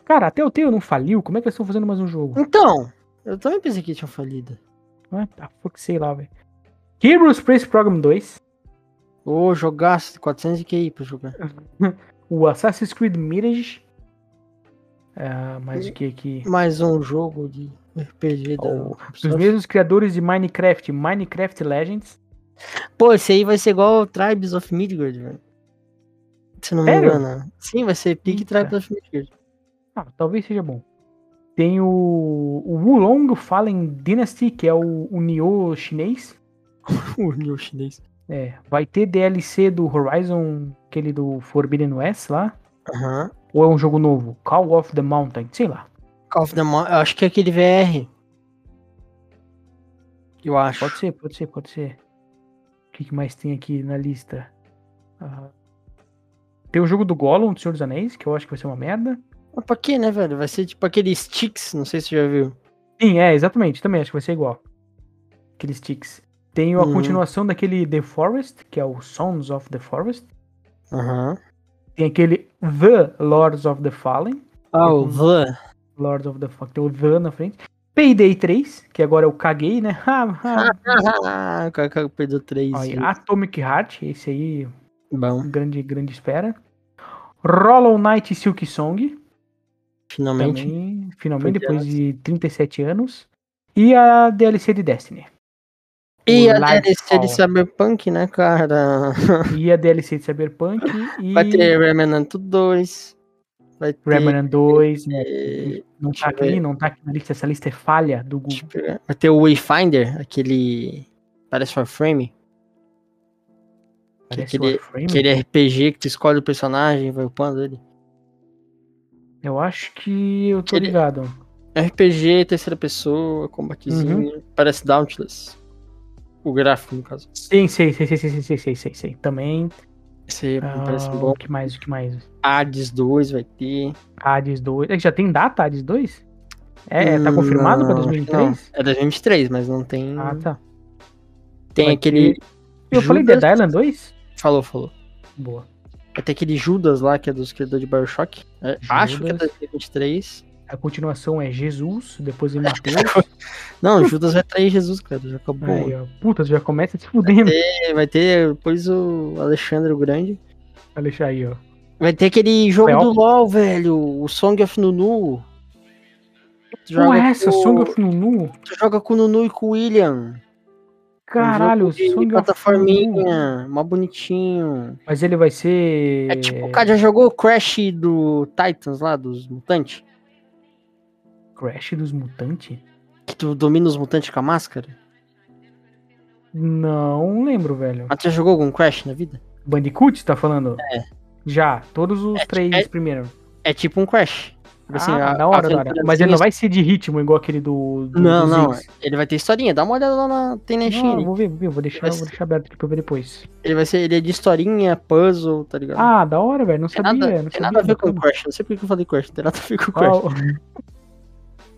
S1: Cara, até o teu não faliu? Como é que eles estão fazendo mais um jogo?
S2: Então, eu também pensei que tinha falido.
S1: Ah, tá, fuck, sei lá, velho. Heroes Space Program 2.
S2: Ô, jogasse 400 e QI pra jogar.
S1: O Assassin's Creed Mirage. Ah, mais o que aqui?
S2: Mais um jogo de RPG da
S1: Oh,
S2: Ubisoft.
S1: Dos mesmos criadores de Minecraft, Minecraft Legends.
S2: Pô, esse aí vai ser igual o Tribes of Midgard, velho. Se não me
S1: Sério?
S2: engano. Sim, vai ser Pig
S1: Eita.
S2: Tribes of Midgard.
S1: Ah, talvez seja bom. Tem o, o Wulong Fallen Dynasty, que é o, o Nioh chinês.
S2: o meu chinês.
S1: É, vai ter DLC do Horizon, aquele do Forbidden West lá.
S2: Aham.
S1: Ou é um jogo novo? Call of the Mountain, sei lá.
S2: Call of the Mon Eu acho que é aquele VR. Eu acho.
S1: Pode ser, pode ser, pode ser. O que, que mais tem aqui na lista? Ah, tem o jogo do Gollum, do Senhor dos Anéis, que eu acho que vai ser uma merda.
S2: Mas pra quê, né, velho? Vai ser tipo aquele Sticks, não sei se você já viu.
S1: Sim, é, exatamente. Também acho que vai ser igual. Aqueles ticks. Tem a
S2: Uhum.
S1: continuação daquele The Forest, que é o Sons of the Forest.
S2: Aham.
S1: Tem aquele The Lords of the Fallen.
S2: Ah,
S1: Uhum.
S2: o Van.
S1: Lords of the Fallen. Tem o The na frente. Payday 3, que agora eu caguei, né? Ah, ah.
S2: Ah, o Cacau perdeu três.
S1: Aí,
S2: viu?
S1: Atomic Heart, esse aí,
S2: Bom,
S1: grande, grande espera. Rollow Knight e Silk Song,
S2: finalmente.
S1: também, finalmente,
S2: Foi
S1: depois de 37 anos. E a DLC de Destiny.
S2: E
S1: o
S2: a
S1: Lightfall.
S2: DLC de Cyberpunk, né, cara?
S1: E a DLC de Cyberpunk. e...
S2: Vai ter Remnant 2. Vai ter.
S1: Remnant 2, né?
S2: eh,
S1: Não
S2: deixa
S1: tá
S2: eu ver.
S1: aqui, não tá aqui na lista. Essa lista é falha do
S2: deixa eu
S1: Google.
S2: pegar. Tipo, Vai ter o Wayfinder, aquele. Parece Warframe. Que é
S1: Parece
S2: aquele,
S1: Warframe.
S2: aquele RPG que tu escolhe o personagem, vai upando ele.
S1: Eu acho que eu tô
S2: Aquele-
S1: ligado. Uhum.
S2: RPG, terceira pessoa, combatezinho. Parece Dauntless. O gráfico, no caso.
S1: Sim, sei, sei, sei, sei, sei, sei, sei, sei, sei. Também.
S2: Esse me parece
S1: ah,
S2: bom.
S1: O que mais? O que mais?
S2: Hades 2 vai ter.
S1: Hades 2. É que já tem data Hades 2? É, tá
S2: Hum,
S1: confirmado pra
S2: não, Hum.
S1: 2023?
S2: É 2023, mas não tem.
S1: Ah, tá.
S2: tem
S1: vai
S2: aquele.
S1: Eu falei né?
S2: Judas-
S1: Dead Island 2?
S2: Falou, falou.
S1: Boa.
S2: Vai ter aquele Judas lá, que é dos criadores de Bioshock. É, acho que é
S1: Judas.
S2: 2023.
S1: A continuação é Jesus, depois vem Mateus.
S2: Não, Judas vai trair Jesus, cara. Já acabou.
S1: Aí, ó. Puta, tu já começa se fudendo.
S2: É, Vai ter depois o Alexandre o Grande.
S1: Pra deixar aí, ó.
S2: Vai ter aquele jogo
S1: Fel.
S2: do LoL, velho. O Song of Nunu. Tu
S1: Porra, é essa,
S2: com- um
S1: Song of Nunu.
S2: Tu joga com o Nunu e com o William.
S1: Caralho,
S2: um jogo de
S1: Song of Nunu.
S2: plataforminha, mó bonitinho.
S1: Mas ele vai ser.
S2: É tipo, o cara já jogou o Crash do Titans lá, dos mutantes?
S1: Crash dos Mutantes?
S2: Que tu domina os mutantes com a máscara?
S1: Não lembro, velho.
S2: Mas tu já jogou algum Crash na vida?
S1: Bandicoot, tá falando? É. Já, todos os três
S2: é-
S1: primeiros.
S2: É tipo um Crash. Tipo assim,
S1: ah,
S2: a-
S1: da hora,
S2: a
S1: da hora. Mas ele
S2: aventura-
S1: não vai ser de ritmo igual aquele do. do
S2: Não,
S1: do
S2: não. é
S1: Ziggs.
S2: Ele vai ter historinha. Dá uma olhada lá na. Tem na
S1: Não,
S2: Steam.
S1: vou ver, vou ver, vou deixar,
S2: Vai
S1: vou
S2: ser-
S1: deixar aberto aqui pra eu ver depois.
S2: Ele vai ser. Ele é de historinha, puzzle, tá ligado?
S1: Ah, da hora, velho. Não
S2: tem
S1: sabia.
S2: nada,
S1: não
S2: tem
S1: sabia,
S2: nada a ver com o
S1: bacana.
S2: Crash. Não sei porque que eu falei Crash. Não tem nada a ver com o Crash.
S1: Qual- é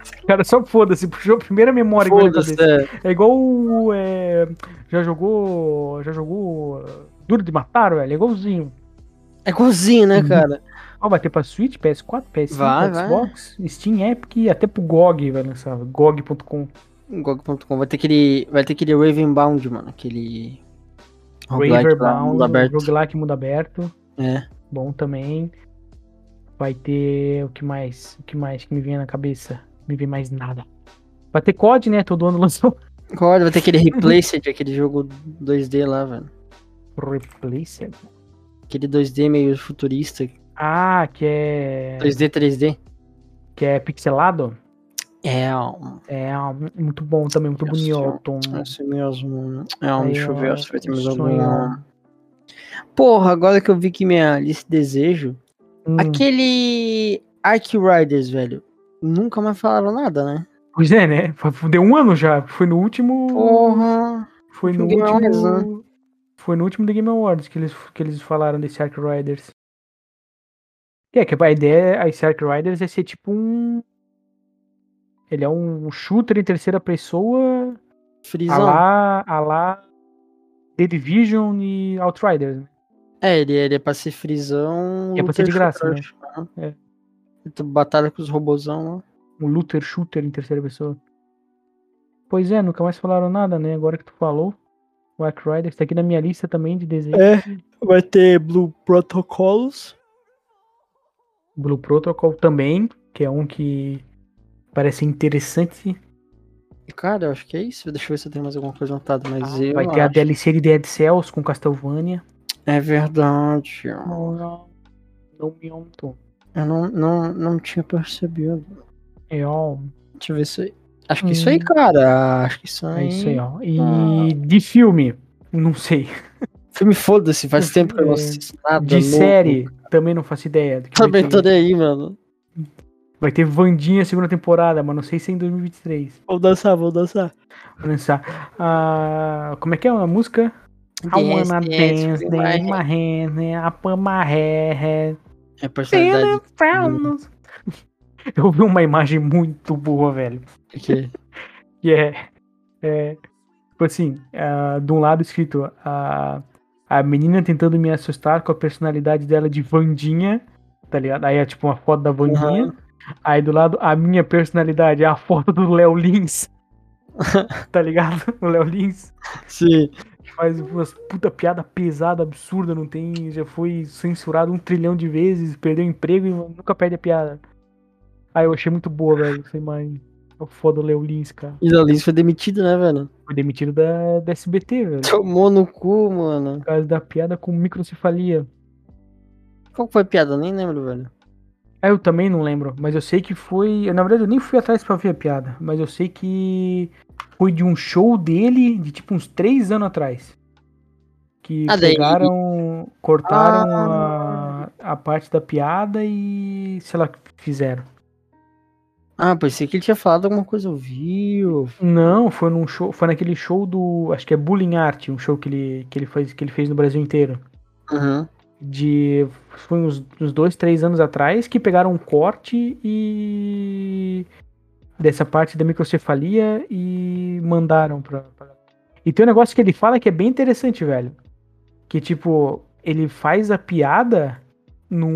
S1: Cara, só foda-se, puxou a primeira memória que veio na
S2: Foda-se,
S1: cabeça.
S2: é.
S1: É igual o. é, já jogou. Já jogou. uh, Duro de matar, velho. É igualzinho.
S2: É igualzinho, né,
S1: Uhum.
S2: cara?
S1: Ó, vai ter pra Switch, PS4, PS5,
S2: Vai, vai.
S1: Xbox, Steam Epic e até pro GOG, velho. essa GOG.com.
S2: GOG.com. Vai ter aquele. Vai ter aquele Ravenbound, mano. Aquele. roguelike lá,
S1: Raverbound,
S2: mundo aberto.
S1: Roguelike Mundo Aberto.
S2: É.
S1: Bom também. Vai ter. O que mais? O que mais que me vem na cabeça? Me vem mais nada. Vai ter COD, né? Todo ano lançou.
S2: Olha, vai ter aquele Replaced, aquele jogo 2D lá, velho.
S1: um Replacer.
S2: Aquele 2D meio futurista.
S1: Ah, que é.
S2: 2D, 3D.
S1: Que é pixelado?
S2: É, ó.
S1: É ah, muito bom também, muito
S2: Nossa,
S1: bonito.
S2: Isso É um assim mesmo. É, ó,
S1: Aí,
S2: deixa eu
S1: ó,
S2: ver ó, se vai ter mais
S1: sonho.
S2: algum. Porra, agora que eu vi que minha lista de desejo.
S1: Hum,
S2: Aquele Ark Riders, velho. Nunca mais falaram nada, né?
S1: Pois é, né? Foi- Deu um ano já. Foi no último.
S2: Porra.
S1: Foi no
S2: No Game
S1: último.
S2: Awards,
S1: Foi no último The Game Awards que eles, que eles falaram desse Ark Riders. Que é que a ideia, esse Ark Riders é ser tipo um. Ele é um shooter em terceira pessoa. A
S2: Frisão.
S1: Tá lá. A lá. The Division e Outriders. né?
S2: É, ele, ele é pra ser frisão.
S1: É pra ser de graça, né?
S2: né?
S1: É.
S2: Tu Então, batalha com os robozão lá.
S1: Um looter shooter em terceira pessoa. Pois é, nunca mais falaram nada, né? Agora que tu falou. O Ark Riders tá aqui na minha lista também de desenho.
S2: É, vai ter Blue Protocols.
S1: Blue Protocol também, que é um que parece interessante.
S2: Cara, eu acho que é isso. Deixa eu ver se eu tenho mais alguma coisa anotada, mas eu.
S1: Ah, Vai ter a
S2: acho-
S1: DLC de Dead Cells com Castlevania.
S2: É verdade. ó.
S1: Não, não. Não me onto.
S2: Eu não, não, não tinha percebido.
S1: É, ó,
S2: Deixa eu ver se. Acho que isso aí,
S1: Hum.
S2: cara. Acho que isso aí.
S1: é isso aí, ó. E de filme, não sei.
S2: Filme foda-se, faz
S1: É,
S2: tempo que eu não assisto nada.
S1: De
S2: novo.
S1: série, também não faço ideia. do que vai,
S2: Tá Também tô
S1: ter.
S2: nem aí, mano.
S1: vai ter Vandinha segunda temporada, mas não sei se é em 2023.
S2: Vou dançar, vou dançar.
S1: Vou lançar. Ah, como é que é a música? I wanna dance, dance, my hand, né? I put my hair,
S2: É personalidade.
S1: Eu vi uma imagem muito boa, velho.
S2: Que...
S1: Que é. é, tipo assim, ah, de um lado escrito a, a menina tentando me assustar com a personalidade dela de Vandinha, tá ligado? Aí é tipo uma foto da Vandinha. Aí do lado, a minha personalidade é a foto do Léo Lins. tá ligado? O Léo Lins
S2: Sim.
S1: que faz umas puta piada pesada, absurda, não tem. Já foi censurado um trilhão de vezes, perdeu o emprego e nunca perde a piada. Ah, eu achei muito boa, velho, essa imagem. O foda o Léo Lins, cara.
S2: E o Lins foi demitido, né, velho?
S1: Foi demitido da, da SBT, velho.
S2: Tomou no cu, mano.
S1: Por causa da piada com microcefalia.
S2: Qual que foi a piada? Eu Nem lembro, velho.
S1: Ah, eu também não lembro, mas eu sei que foi. eu, Na verdade, eu nem fui atrás pra ver a piada, mas eu sei que foi de um show dele de tipo uns três anos atrás. Que
S2: Ah, daí- Ah,
S1: pegaram. Cortaram a, a parte da piada e. sei lá o que fizeram.
S2: Ah, pensei que ele tinha falado alguma coisa, ouviu.
S1: Não, foi num show, foi naquele show do, acho que é Bullying Art, um show que ele, que ele fez, que ele fez no Brasil inteiro.
S2: Uhum.
S1: De foi uns, uns dois, três anos atrás que pegaram um corte e dessa parte da microcefalia e mandaram pra, pra... E tem um negócio que ele fala que é bem interessante, velho. Que tipo, ele faz a piada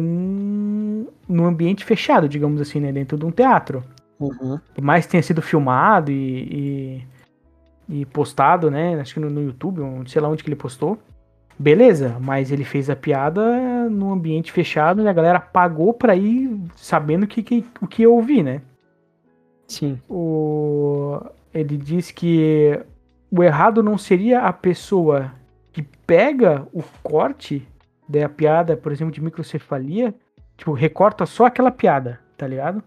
S1: num, num ambiente fechado, digamos assim, né? Dentro de um teatro.
S2: Uhum.
S1: Por mais que tenha sido filmado e, e, e postado, né? Acho que no, no YouTube, não sei lá onde que ele postou. Beleza, mas ele fez a piada num ambiente fechado e a galera pagou pra ir sabendo que, que, o que eu ouvi, né?
S2: Sim.
S1: O... Ele diz que o errado não seria a pessoa que pega o corte da piada, por exemplo, de microcefalia, tipo, recorta só aquela piada, tá ligado?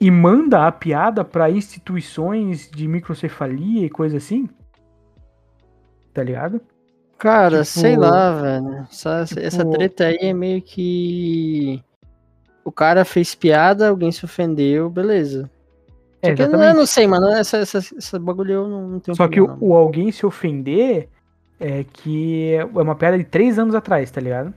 S1: E manda a piada para instituições de microcefalia e coisa assim. Tá ligado?
S2: Cara,
S1: Tipo-
S2: sei lá, velho. Essa,
S1: Tipo-
S2: essa treta aí é meio que. O cara fez piada, alguém se ofendeu, beleza. Só que eu É, não- eu não sei, mano. Essa, essa, essa bagulho eu não, não tenho
S1: É, Só que
S2: opinião,
S1: o, o alguém se ofender é que é uma piada de três anos atrás, tá ligado?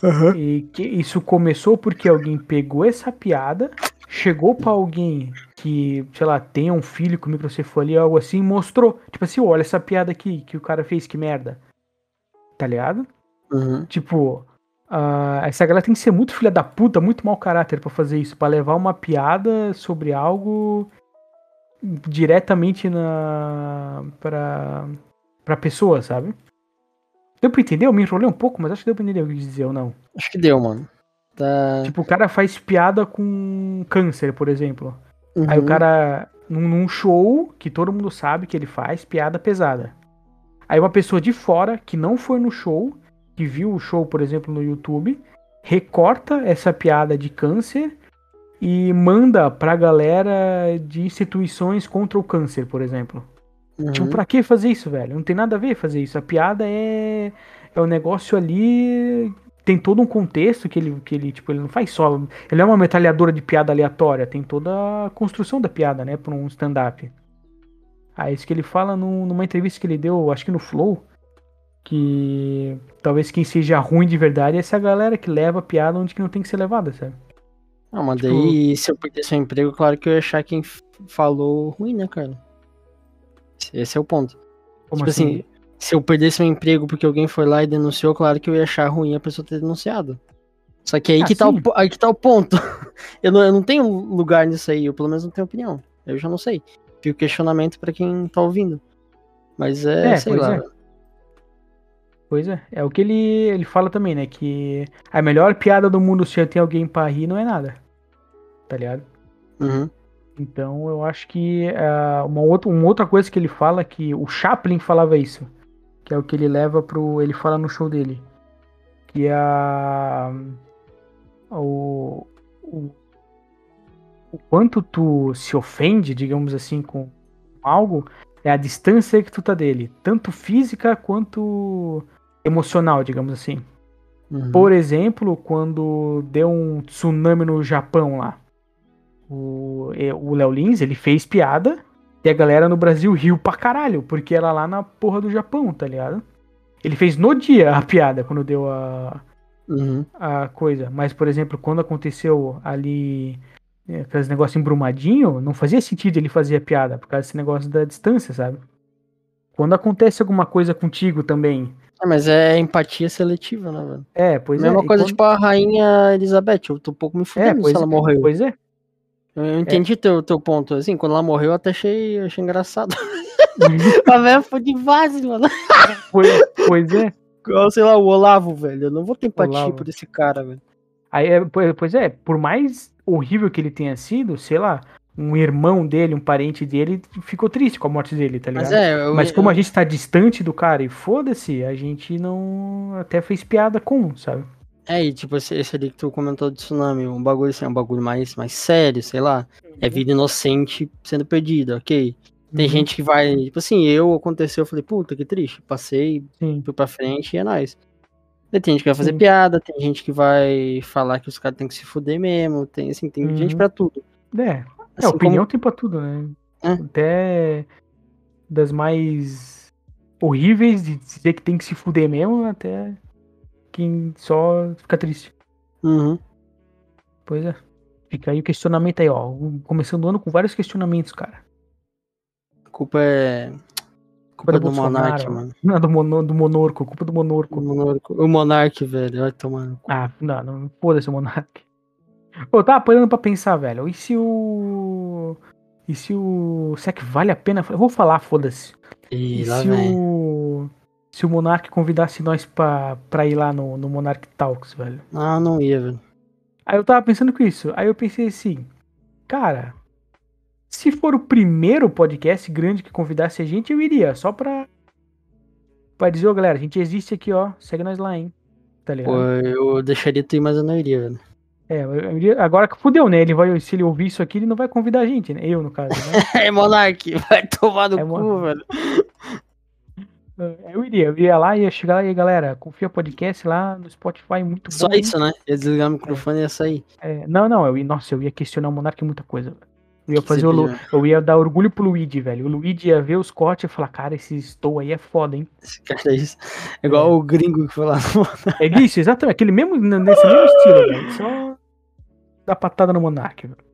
S2: não.
S1: E que isso começou porque alguém pegou essa piada, chegou pra alguém que, sei lá, tenha um filho com microcefalia ou algo assim, e mostrou, tipo assim, olha essa piada aqui que o cara fez, que merda. Tá ligado?
S2: Uhum.
S1: Tipo, ah, essa galera tem que ser muito filha da puta, muito mau caráter pra fazer isso, pra levar uma piada sobre algo diretamente na pra para pessoa, sabe? Deu pra entender? Eu me enrolei um pouco, mas acho que deu pra entender o que eu quis dizer ou não.
S2: Acho que deu, mano. Tá.
S1: Tipo, o cara faz piada com câncer, por exemplo. Aí o
S2: Uhum.
S1: cara, num, num show que todo mundo sabe que ele faz, piada pesada. Aí uma pessoa de fora, que não foi no show, que viu o show, por exemplo, no YouTube, recorta essa piada de câncer e manda pra galera de instituições contra o câncer, por exemplo.
S2: Uhum.
S1: Tipo, pra que fazer isso, velho? Não tem nada a ver fazer isso. A piada é. É um negócio ali. Tem todo um contexto que ele, que ele, tipo, ele não faz só. Ele não é uma metralhadora de piada aleatória. Tem toda a construção da piada, né? Pra um stand-up. Aí isso que ele fala num- numa entrevista que ele deu, acho que no Flow. Que talvez quem seja ruim de verdade é essa galera que leva a piada onde que não tem que ser levada, sabe?
S2: Não, mas
S1: tipo-
S2: daí, se eu perdesse o emprego, claro que eu ia achar quem f- falou ruim, né, cara? Esse é o ponto.
S1: Como
S2: tipo assim? se eu perdesse meu emprego porque alguém foi lá e denunciou, claro que eu ia achar ruim a pessoa ter denunciado. Só que aí,
S1: Ah,
S2: que, tá o,
S1: sim.
S2: po- aí que tá o ponto. Eu não, eu não tenho lugar nisso aí, eu pelo menos não tenho opinião. Eu já não sei. Fica o questionamento pra quem tá ouvindo. Mas é,
S1: É,
S2: sei
S1: pois
S2: lá.
S1: é. Pois é, é o que ele, ele fala também, né? Que a melhor piada do mundo se tem alguém pra rir não é nada. Tá ligado?
S2: Uhum.
S1: Então eu acho que ah, uma, outra, uma outra coisa que ele fala é que o Chaplin falava isso. Que é o que ele leva pro. Ele fala no show dele. Que é a. O. O, o quanto tu se ofende, digamos assim, com algo, é a distância que tu tá dele. Tanto física quanto emocional, digamos assim.
S2: uhum.
S1: Por exemplo, quando deu um tsunami no Japão lá. O é, o Léo Lins, ele fez piada e a galera no Brasil riu pra caralho, porque era lá na porra do Japão, tá ligado? Ele fez no dia a piada, quando deu a,
S2: Uhum.
S1: a coisa. Mas, por exemplo, quando aconteceu ali é, aqueles negócios embrumadinho, não fazia sentido ele fazer a piada, por causa desse negócio da distância, sabe? Quando acontece alguma coisa contigo também.
S2: É, mas é empatia seletiva, né, velho?
S1: É, pois é.
S2: Mesma
S1: e
S2: coisa,
S1: quando-
S2: tipo, a rainha Elizabeth. Eu tô um pouco me
S1: é,
S2: fudendo se
S1: pois,
S2: ela morreu.
S1: pois é.
S2: Eu- Eu entendi teu, teu ponto, assim, quando ela morreu eu até achei, eu achei engraçado. a
S1: é,
S2: velha foi de base, mano.
S1: Pois, pois é.
S2: Igual, sei lá, o Olavo, velho. Eu não vou ter empatia
S1: Olavo.
S2: por esse cara, velho.
S1: Aí, é, po- pois é, por mais horrível que ele tenha sido, sei lá, um irmão dele, um parente dele, ficou triste com a morte dele, tá ligado?
S2: Mas é, eu,
S1: Mas como a
S2: eu,
S1: gente tá distante do cara e foda-se, a gente não. Até fez piada com, sabe?
S2: é, e tipo, esse, esse ali que tu comentou de tsunami, um bagulho assim, um bagulho mais, mais sério, sei lá. É vida inocente sendo perdida, ok. Tem
S1: Uhum.
S2: gente que vai, tipo assim, eu aconteceu, eu falei, puta, que triste. Passei,
S1: Sim.
S2: fui pra frente e é nóis. Daí Tem gente que vai fazer
S1: Sim.
S2: piada, tem gente que vai falar que os caras têm que se fuder mesmo, tem assim, tem gente
S1: Uhum.
S2: pra tudo.
S1: É. É, opinião tem pra tudo, né?
S2: Assim É.
S1: Até das mais horríveis de dizer que tem que se fuder mesmo, até quem só fica triste.
S2: Uhum.
S1: Pois é. Fica aí o questionamento aí, ó. Começando o ano com vários questionamentos, cara.
S2: A culpa é. a Culpa
S1: do
S2: é do
S1: Bolsonaro,
S2: Monark,
S1: ó.
S2: mano.
S1: Não, do, mono, do Monorco, culpa do
S2: O
S1: Monorco.
S2: Monark, o Monark, velho. Vai tomar no cu.
S1: Ah, não, não foda-se o Monark. Pô, eu tava parando pra pensar, velho. E se o. E se o. Será que vale a pena? Eu vou falar, foda-se.
S2: Ih,
S1: E
S2: lá
S1: se
S2: vem.
S1: o. Se o Monark convidasse nós pra, pra ir lá no, no Monark Talks, velho.
S2: Ah, não ia, velho.
S1: Aí eu tava pensando com isso. Aí eu pensei assim, cara, se for o primeiro podcast grande que convidasse a gente, eu iria, só pra, pra dizer, ô galera, a gente existe aqui, ó, segue nós lá, hein. Tá ligado?
S2: Pô, eu deixaria tu ir, mas eu não iria, velho.
S1: É, eu- eu iria- agora que fudeu, né? Ele vai, se ele ouvir isso aqui, ele não vai convidar a gente, né? Eu, no caso, né?
S2: É, Monark, vai tomar no
S1: É,
S2: cu,
S1: Monark.
S2: velho.
S1: Eu iria, eu ia lá, ia chegar lá e, galera, confia podcast lá no Spotify, muito
S2: Só
S1: Tá bom. hein?
S2: isso, né? Ia desligar o microfone e ia sair.
S1: É, não, não, eu, ia- nossa, eu ia questionar o Monark em muita coisa. velho. Eu ia
S2: Que né?
S1: fazer o Lu-
S2: desejo.
S1: eu ia dar orgulho pro Luigi, velho. O Luigi ia ver os cortes e falar, cara, esse estou aí é foda, hein?
S2: Esse cara é isso. É igual o gringo que foi lá no
S1: É isso, exatamente, aquele mesmo, n- nesse mesmo estilo, velho. Só dar patada no Monark, velho.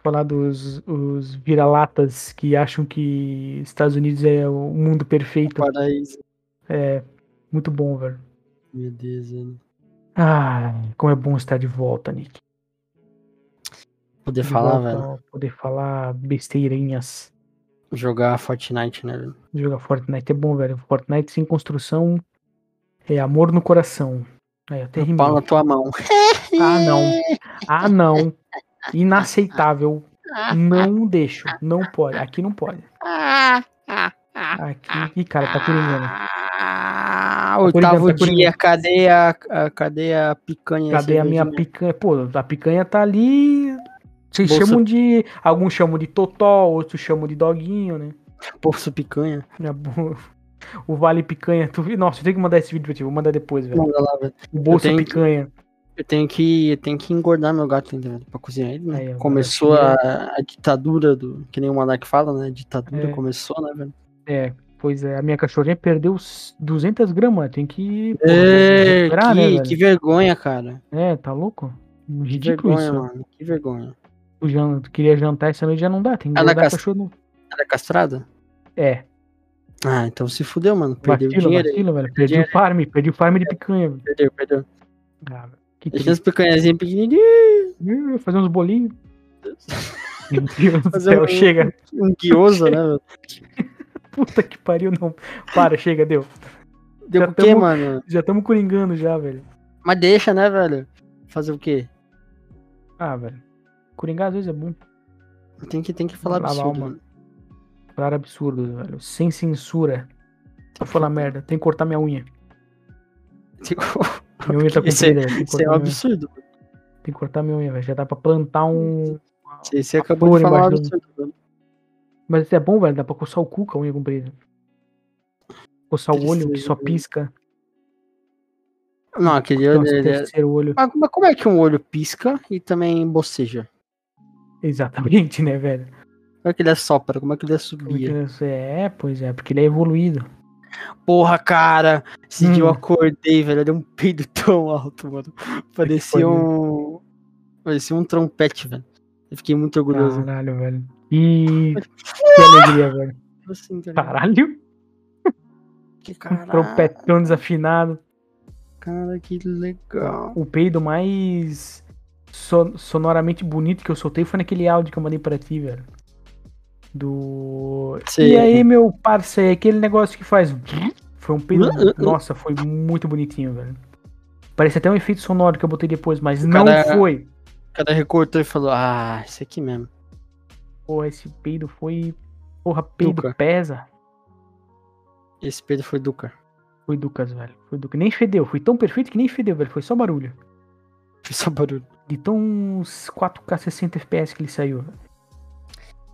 S1: Falar dos os vira-latas que acham que Estados Unidos é o mundo perfeito.
S2: paraíso.
S1: É, muito bom, velho.
S2: Meu Deus, velho.
S1: Ah, como é bom estar de volta, Nick.
S2: Poder
S1: De
S2: falar,
S1: volta
S2: velho.
S1: ao Poder falar besteirinhas.
S2: Jogar Fortnite, né, velho?
S1: Jogar Fortnite é bom, velho. Fortnite sem construção é amor no coração. Aí, até rimei.
S2: Pau na tua mão.
S1: Ah, não. Ah, não. Inaceitável. Não deixo. Não pode. Aqui não pode. Aqui, Ih, cara, tá coringando.
S2: Ah,
S1: coringando,
S2: oitavo
S1: tá coringando.
S2: dia, cadê a, a- cadê a picanha?
S1: Cadê a minha
S2: cervejinha?
S1: picanha? Pô, a picanha tá ali. Vocês
S2: Bolsa.
S1: chamam de. Alguns chamam de totó, outros chamam de doguinho, né?
S2: Poço picanha?
S1: Minha bo- O vale picanha. Tu... Nossa, eu tenho que mandar esse vídeo pra ti. Vou mandar depois, velho.
S2: Manda lá, velho.
S1: O bolsa
S2: tenho que-
S1: picanha.
S2: Eu tenho que, eu tenho que engordar meu gato ainda, velho, pra cozinhar ele, né?
S1: Aí, agora
S2: começou
S1: sim,
S2: a, a ditadura do. Que nem o Monark fala, né? A ditadura
S1: É.
S2: começou, né, velho?
S1: É, pois é, a minha cachorrinha perdeu os 200 gramas, tem que pô,
S2: É,
S1: recuperar, né,
S2: que,
S1: velho?
S2: que vergonha, cara.
S1: É, tá louco?
S2: Que
S1: Ridículo
S2: vergonha,
S1: isso.
S2: mano. Que vergonha.
S1: Tu já- tu queria jantar essa noite já não dá, tem que
S2: Ela é
S1: guardar
S2: cas-
S1: cachorro. no-
S2: Ela é castrada?
S1: É,
S2: Ah, então se fudeu, mano. Perdeu
S1: vacilo,
S2: dinheiro. aí.
S1: vacilo, velho. Perdi
S2: dinheiro.
S1: o farm, perdi o farm de picanha. velho.
S2: Perdeu, perdeu.
S1: Ah, velho, que
S2: Deixa as
S1: triste.
S2: picanhazinhas pequenininhas.
S1: Ih, Fazer uns bolinhos. Meu Deus do
S2: Fazer
S1: céu,
S2: um-
S1: chega.
S2: Um guiosa, né, velho?
S1: Puta que pariu, não. Para, chega, deu.
S2: Deu
S1: Já
S2: o quê,
S1: tamo-
S2: mano?
S1: Já estamos coringando já, velho.
S2: Mas deixa, né, velho? Fazer o quê?
S1: Ah, velho. Coringar às vezes é bom.
S2: Tem que, tem que falar
S1: Lavar
S2: absurdo,
S1: uma.
S2: mano.
S1: Claro, absurdo, velho. Sem censura. Vou falar merda, tem que cortar minha unha. Minha unha tá
S2: Isso é-
S1: comprida, velho. Tem que
S2: Isso é um
S1: cortar minha unha.
S2: é absurdo. mano.
S1: Tem que cortar minha unha, velho. Já dá pra plantar um.
S2: Você, você acabou
S1: flor
S2: de falar um
S1: embaixo do-
S2: absurdo, velho.
S1: Mas isso é bom, velho. Dá pra coçar o cu com a unha comprida. Coçar o olho que
S2: Tristeza,
S1: só
S2: velho.
S1: pisca.
S2: Não, aquele
S1: Tem um
S2: olho. ele é-
S1: terceiro olho.
S2: Mas, mas como é que um olho pisca e também boceja?
S1: Exatamente, né, velho?
S2: Como é que ele assopra? Como é que ele
S1: Como é que
S2: subia?
S1: isso É, é, pois é, porque ele é evoluído.
S2: Porra, cara! Esse dia eu
S1: Hum.
S2: acordei, velho. Deu um peido tão alto, mano. Parecia
S1: pariu.
S2: um. Parecia um trompete, velho. Eu fiquei muito orgulhoso.
S1: Caralho, velho. E. Que alegria, velho.
S2: Assim, tá ligado?
S1: Caralho,
S2: Que
S1: Um
S2: caralho,
S1: trompetão desafinado.
S2: cara, que legal.
S1: O peido mais. son- sonoramente bonito que eu soltei foi naquele áudio que eu mandei pra ti, velho. Do.
S2: Sei.
S1: E aí, meu parceiro, é aquele negócio que faz. Foi um peido.
S2: Uh, uh, uh.
S1: Nossa, foi muito bonitinho, velho. Parece até um efeito sonoro que eu botei depois, mas
S2: O
S1: não
S2: cara- é
S1: foi.
S2: O cara recortou e falou: Ah, isso aqui mesmo.
S1: Porra, esse peido foi. Porra, peido
S2: Duca.
S1: pesa.
S2: Esse peido foi do cara.
S1: Foi Ducas, velho. Foi Ducas. Nem fedeu. Foi tão perfeito que nem fedeu, velho. Foi só barulho.
S2: Foi só barulho.
S1: De tão uns 4K 60 FPS que ele saiu.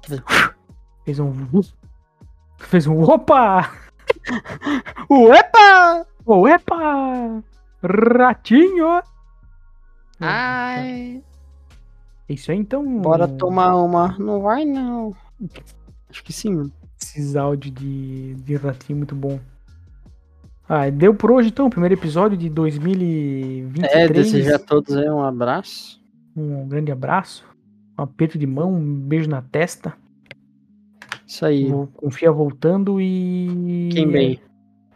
S1: velho.
S2: Fez um-
S1: Fez um. Fez um. Opa!
S2: Uepa!
S1: Oh, epa! Ratinho!
S2: Ai.
S1: Isso aí então.
S2: Bora tomar uma. Não vai, não. Acho que sim, mano.
S1: Esses áudios de, de ratinho muito bom. Ah, deu por hoje então, primeiro episódio de 2023.
S2: É, desejar a todos aí um abraço.
S1: Um grande abraço, um aperto de mão, um beijo na testa.
S2: Isso aí.
S1: Vou- Confia voltando e.
S2: Fiquem bem.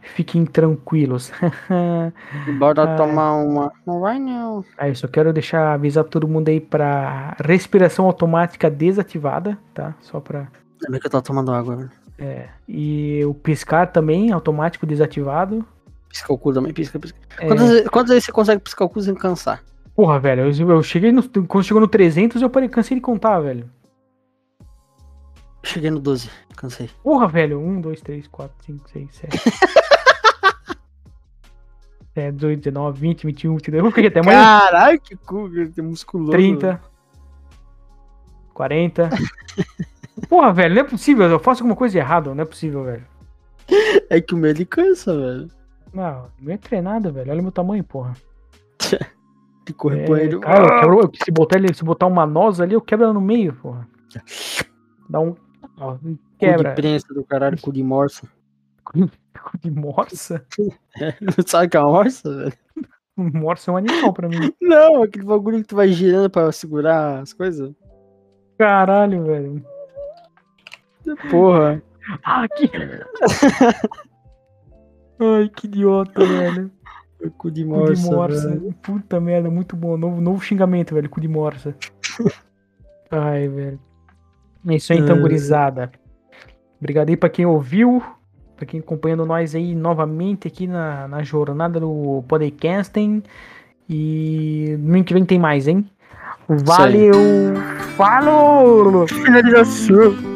S1: Fiquem tranquilos. É.
S2: Bora tomar uma. Não vai, não.
S1: Aí, Ah, só quero deixar avisar todo mundo aí pra respiração automática desativada, tá? Só pra.
S2: Ainda bem que eu tava tomando água, velho.
S1: E o piscar também, automático desativado.
S2: Pisca o cu também, pisca, pisca.
S1: É,
S2: Quantas, ve- quantas vezes você consegue piscar o cu sem cansar?
S1: Porra, velho, eu, eu cheguei no. Quando chegou no 300, eu parei, cansei de contar, velho.
S2: Cheguei no 12, cansei.
S1: Porra, velho, 1, 2, 3, 4, 5, 6, 7. É, 18, 19, 20, 21, 22. um, Eu fiquei até mais.
S2: Caralho, que cu, que musculoso.
S1: 30. 40. Porra, velho, não é possível. Eu faço alguma coisa errada, não é possível, velho.
S2: É que o medo ele cansa, velho.
S1: Não, não é treinado, velho. Olha meu tamanho, porra.
S2: De correr
S1: É,
S2: pro banheiro.
S1: cara, eu quebro- eu- se, botar, ele- se botar uma noz ali, eu quebro ela no meio, porra. Dá um. Ó,
S2: Cu
S1: quebra.
S2: de prensa do caralho, cu de morsa.
S1: Cu de morsa?
S2: Não sabe o que é uma morsa, velho?
S1: Morsa é um animal pra mim.
S2: Não, aquele bagulho que tu vai girando pra segurar as coisas.
S1: Caralho, velho.
S2: Porra.
S1: Ah, que. Ai, que idiota, velho.
S2: Cu de
S1: Cu de
S2: morsa.
S1: morsa.
S2: velho.
S1: Puta merda, muito bom. Novo, novo xingamento, velho. Cu de morsa. Ai, velho. É isso aí, então,
S2: Ai.
S1: gurizada. Obrigado aí pra quem ouviu, pra quem acompanhando nós aí novamente aqui na, na jornada do podcasting. E domingo que vem tem mais, hein?
S2: aí.
S1: Valeu! Falou!
S2: Finalização.